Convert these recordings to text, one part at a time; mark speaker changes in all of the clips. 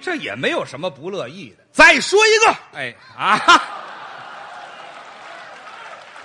Speaker 1: 这也没有什么不乐意的。
Speaker 2: 再说一个，
Speaker 1: 哎啊，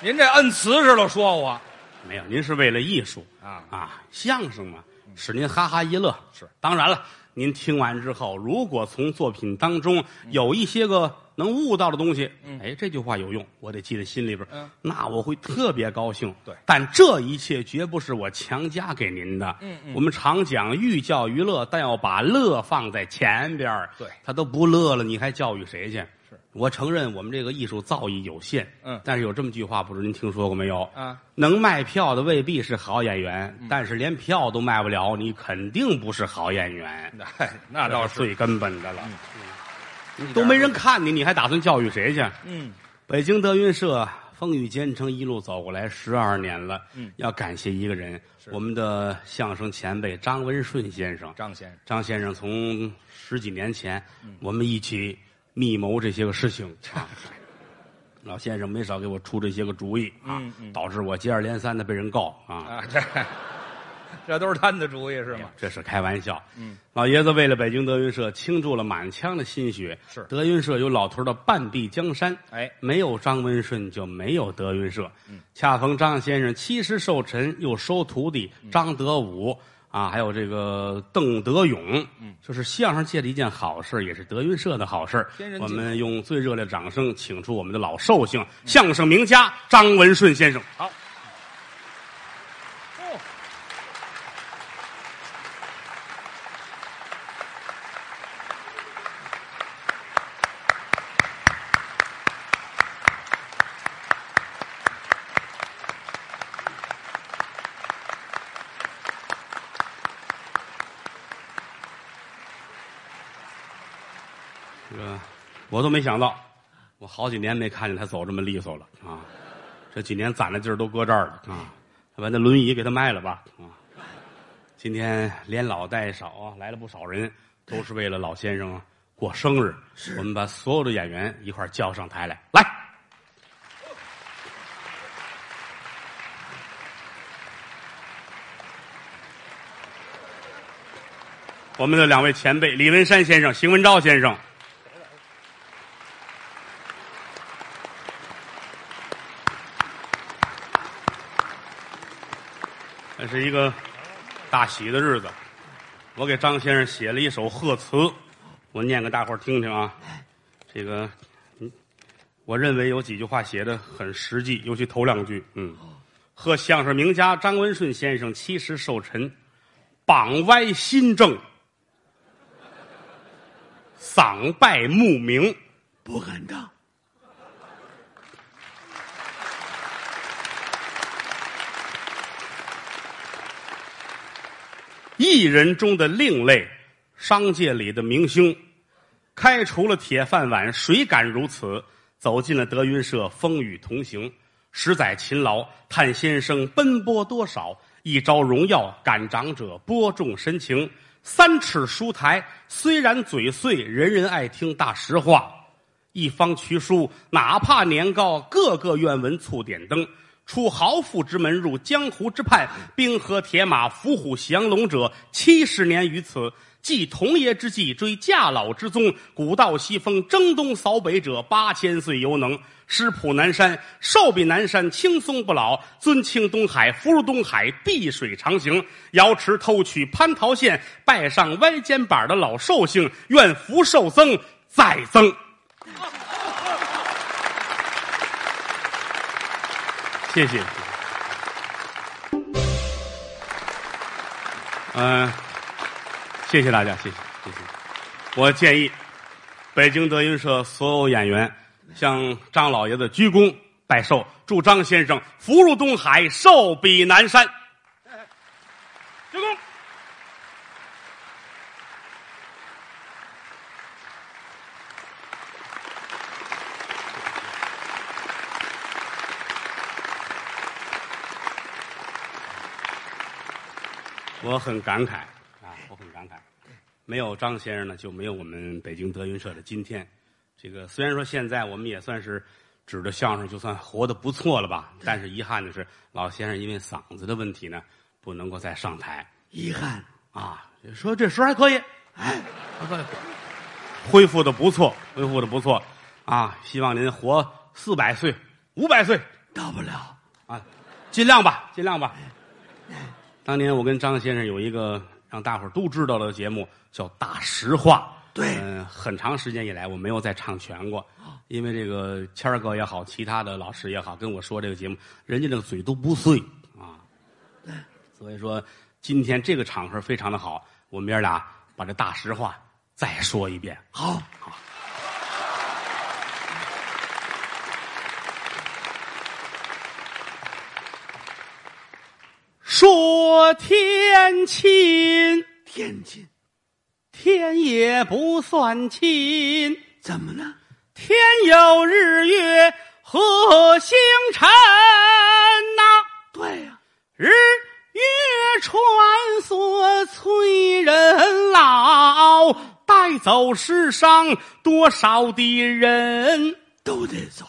Speaker 1: 您这摁瓷实了说我
Speaker 2: 没有，您是为了艺术
Speaker 1: 啊
Speaker 2: 啊，相声嘛，使您哈哈一乐
Speaker 1: 是。
Speaker 2: 当然了，您听完之后，如果从作品当
Speaker 1: 嗯
Speaker 2: 中有一些个能悟到的东西，哎，这句话有用，我得记在心里边。
Speaker 1: 嗯，
Speaker 2: 那我会特别高兴。
Speaker 1: 对
Speaker 2: 但这一切绝不是我强加给您的。
Speaker 1: 嗯嗯
Speaker 2: 我们常讲寓教于乐，但要把乐放在前边儿
Speaker 1: 对
Speaker 2: 他都不乐了，你还教育谁去？
Speaker 1: 是
Speaker 2: 我承认我们这个艺术造诣有限，
Speaker 1: 嗯
Speaker 2: 但是有这么句话，不知您听说过没有？
Speaker 1: 啊，
Speaker 2: 能卖票的未必是好演员，
Speaker 1: 嗯
Speaker 2: 但是连票都卖不了，你肯定不是好演员，
Speaker 1: 那、 哎、那倒
Speaker 2: 这
Speaker 1: 是嗯
Speaker 2: 最根本的了。嗯
Speaker 1: 一点
Speaker 2: 都没人看你，你还打算教育谁去？
Speaker 1: 嗯，
Speaker 2: 北京德云社风雨兼程一路走过来十二年了，
Speaker 1: 嗯
Speaker 2: 要感谢一个人，我们的相声前辈张文顺先生。
Speaker 1: 张先生
Speaker 2: 张先生从十几年前，
Speaker 1: 嗯
Speaker 2: 我们一起密谋这些个 事情，啊老先生没少给我出这些个主意啊
Speaker 1: 嗯，嗯
Speaker 2: 导致我接二连三的被人告啊。
Speaker 1: 啊，这这都是他的主意是吗？
Speaker 2: 这是开玩笑。
Speaker 1: 嗯，
Speaker 2: 老爷子为了北京德云社倾注了满腔的心血。
Speaker 1: 是
Speaker 2: 德云社有老头的半壁江山。
Speaker 1: 哎
Speaker 2: 没有张文顺就没有德云社。嗯，恰逢张先生七十寿辰，又收徒弟张德武。啊，还有这个邓德勇，嗯，就是相声界的一件好事，也是德云社的好事。
Speaker 1: 天人
Speaker 2: 我
Speaker 1: 进
Speaker 2: 们用最热烈的掌声，请出我们的老寿星、相声名家张文顺先生。
Speaker 1: 好。哦，
Speaker 2: 这个我都没想到，我好几年没看见他走这么利索了啊！这几年攒的劲儿都搁这儿了啊！要把那轮椅给他卖了吧啊！今天连老带少啊，来了不少人，都是为了老先生啊过生日。我们把所有的演员一块儿叫上台来，来，我们的两位前辈李文山先生、邢文昭先生。这是一个大喜的日子，我给张先生写了一首贺词，我念给大伙儿听听啊。这个，嗯，我认为有几句话写的很实际，尤其头两句，嗯，贺相声名家张文顺先生七十寿辰，膀歪心正， 嗓败目明。
Speaker 3: 不敢当，
Speaker 2: 艺人中的另类，商界里的明星，开除了铁饭碗，谁敢如此？走进了德云社，风雨同行，十载勤劳，叹先生奔波多少，一朝荣耀感长者，播种深情。三尺书台，虽然嘴碎，人人爱听大实话。一方渠书，哪怕年高，个个愿闻促点灯。出豪富之门，入江湖之畔，兵合铁马，伏虎降龙者，七十年于此。继童爷之际，追驾老之踪，古道西风，征东扫北者，八千岁犹能。师普南山，寿比南山，青松不老；尊庆东海，福如东海，碧水长行。瑶池偷取蟠桃县，拜上歪肩膀的老寿星，愿福寿增，再增。谢谢。嗯、谢谢大家，谢谢谢谢。我建议，北京德云社所有演员向张老爷子鞠躬拜寿，祝张先生福如东海，寿比南山。鞠躬。我很感慨啊，我很感慨，没有张先生呢，就没有我们北京德云社的今天。这个虽然说现在我们也算是指着相声就算活得不错了吧，但是遗憾的是，老先生因为嗓子的问题呢，不能够再上台
Speaker 3: 遗憾。
Speaker 2: 啊。说这时候还可以，
Speaker 3: 哎，
Speaker 2: 恢复的不错，恢复的不错，啊，希望您活四百岁、五百岁
Speaker 3: 到不了。
Speaker 2: 啊，尽量吧，尽量吧。当年我跟张先生有一个让大伙儿都知道的节目，叫《大实话》。
Speaker 3: 对
Speaker 2: 嗯、很长时间以来我没有再唱全过，因为这个谦儿哥也好，其他的老师也好，跟我说这个节目，人家这个嘴都不碎啊。所以说，今天这个场合非常的好，我们爷俩把这大实话再说一遍。
Speaker 3: 好，
Speaker 2: 说天亲，
Speaker 3: 天津
Speaker 2: 天也不算亲，
Speaker 3: 怎么了？
Speaker 2: 天有日月和星辰呐、
Speaker 3: 对呀、
Speaker 2: 日月穿梭催人老，带走世上多少的人。
Speaker 3: 都得走。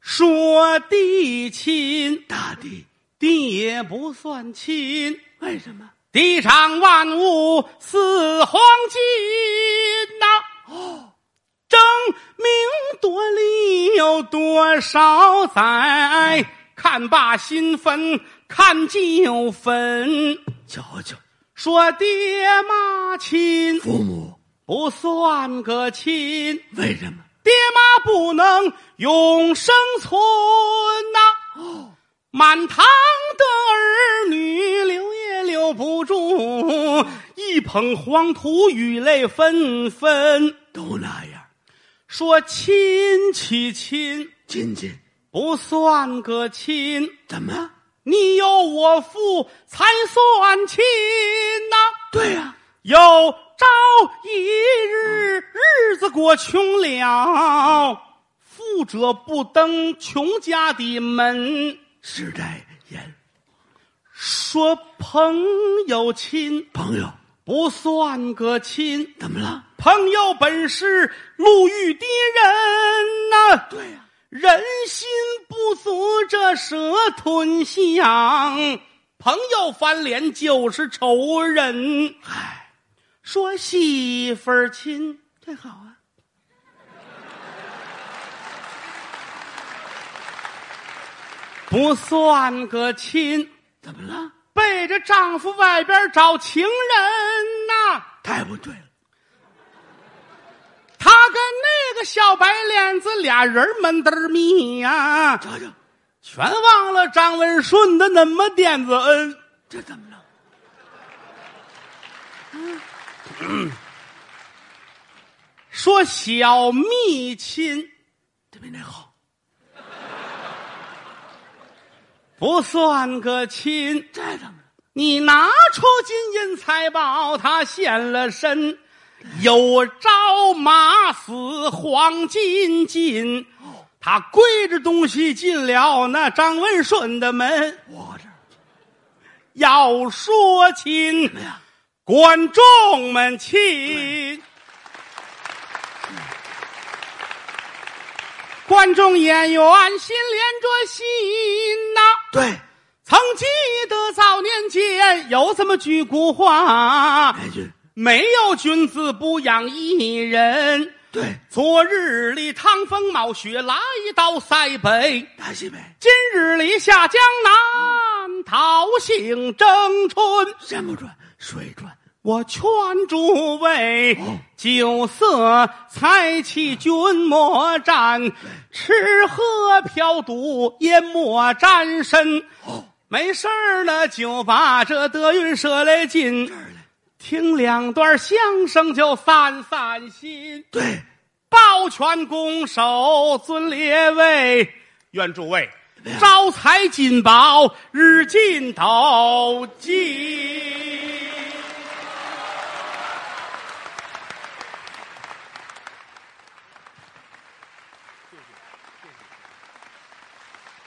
Speaker 2: 说地亲，
Speaker 3: 大地
Speaker 2: 地也不算亲，
Speaker 3: 为什么？
Speaker 2: 地上万物似黄金呐、争名夺利有多少载？看罢新坟，看旧坟。
Speaker 3: 瞧瞧，
Speaker 2: 说爹妈亲
Speaker 3: 父母
Speaker 2: 不算个亲，
Speaker 3: 为什么？
Speaker 2: 爹妈不能永生存呐、
Speaker 3: 哦
Speaker 2: 满堂的儿女留也留不住，一捧黄土雨泪纷纷。
Speaker 3: 都那样。
Speaker 2: 说亲戚亲
Speaker 3: 亲戚
Speaker 2: 不算个亲，
Speaker 3: 怎么？
Speaker 2: 你有我父才算亲呐、
Speaker 3: 对呀、
Speaker 2: 有朝一日日子过穷了，富者不登穷家的门。
Speaker 3: 时代严，
Speaker 2: 说朋友亲
Speaker 3: 朋友
Speaker 2: 不算个亲，
Speaker 3: 怎么了？
Speaker 2: 朋友本是路遇的人呐、
Speaker 3: 对呀、
Speaker 2: 人心不足这蛇吞象，朋友翻脸就是仇人。
Speaker 3: 嗨，
Speaker 2: 说媳妇儿亲，
Speaker 3: 这好啊。
Speaker 2: 不算个亲，
Speaker 3: 怎么了？
Speaker 2: 背着丈夫外边找情人呐、
Speaker 3: 太不对了。
Speaker 2: 她跟那个小白脸子俩人闷得儿密呀、
Speaker 3: 瞧瞧，
Speaker 2: 全忘了张文顺的那么点子嗯恩。
Speaker 3: 这怎么了？
Speaker 2: 说小蜜亲
Speaker 3: 这比那好。
Speaker 2: 不算个亲，
Speaker 3: 这怎么了？
Speaker 2: 你拿出金银财宝，他现了身。有朝马死黄金金，他跪着东西进了那张文顺的门。
Speaker 3: 我这儿
Speaker 2: 要说亲，
Speaker 3: 怎么样？
Speaker 2: 观众们亲，观众演员心连着心呐、
Speaker 3: 对，
Speaker 2: 曾记得早年间有这么句古话：
Speaker 3: 那句
Speaker 2: 没有君子不养艺人。
Speaker 3: 对，
Speaker 2: 昨日里趟风冒雪来到塞北，
Speaker 3: 大西北
Speaker 2: 今日里下江南讨杏争春。
Speaker 3: 山不转水转，
Speaker 2: 我劝诸位
Speaker 3: 哦，
Speaker 2: 酒色财气君莫沾，吃喝嫖赌也莫沾身。没事儿呢，就把这德云社来进，
Speaker 3: 这儿来。
Speaker 2: 听两段相声就散散心。
Speaker 3: 对，
Speaker 2: 抱拳拱手尊列位，愿诸位招财进宝，日进斗金。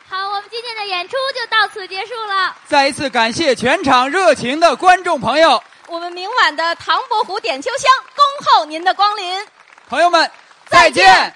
Speaker 4: 好，我们今天的演出就到此结束了。
Speaker 5: 再一次感谢全场热情的观众朋友，
Speaker 4: 我们明晚的唐伯虎点秋香恭候您的光临。
Speaker 5: 朋友们，再见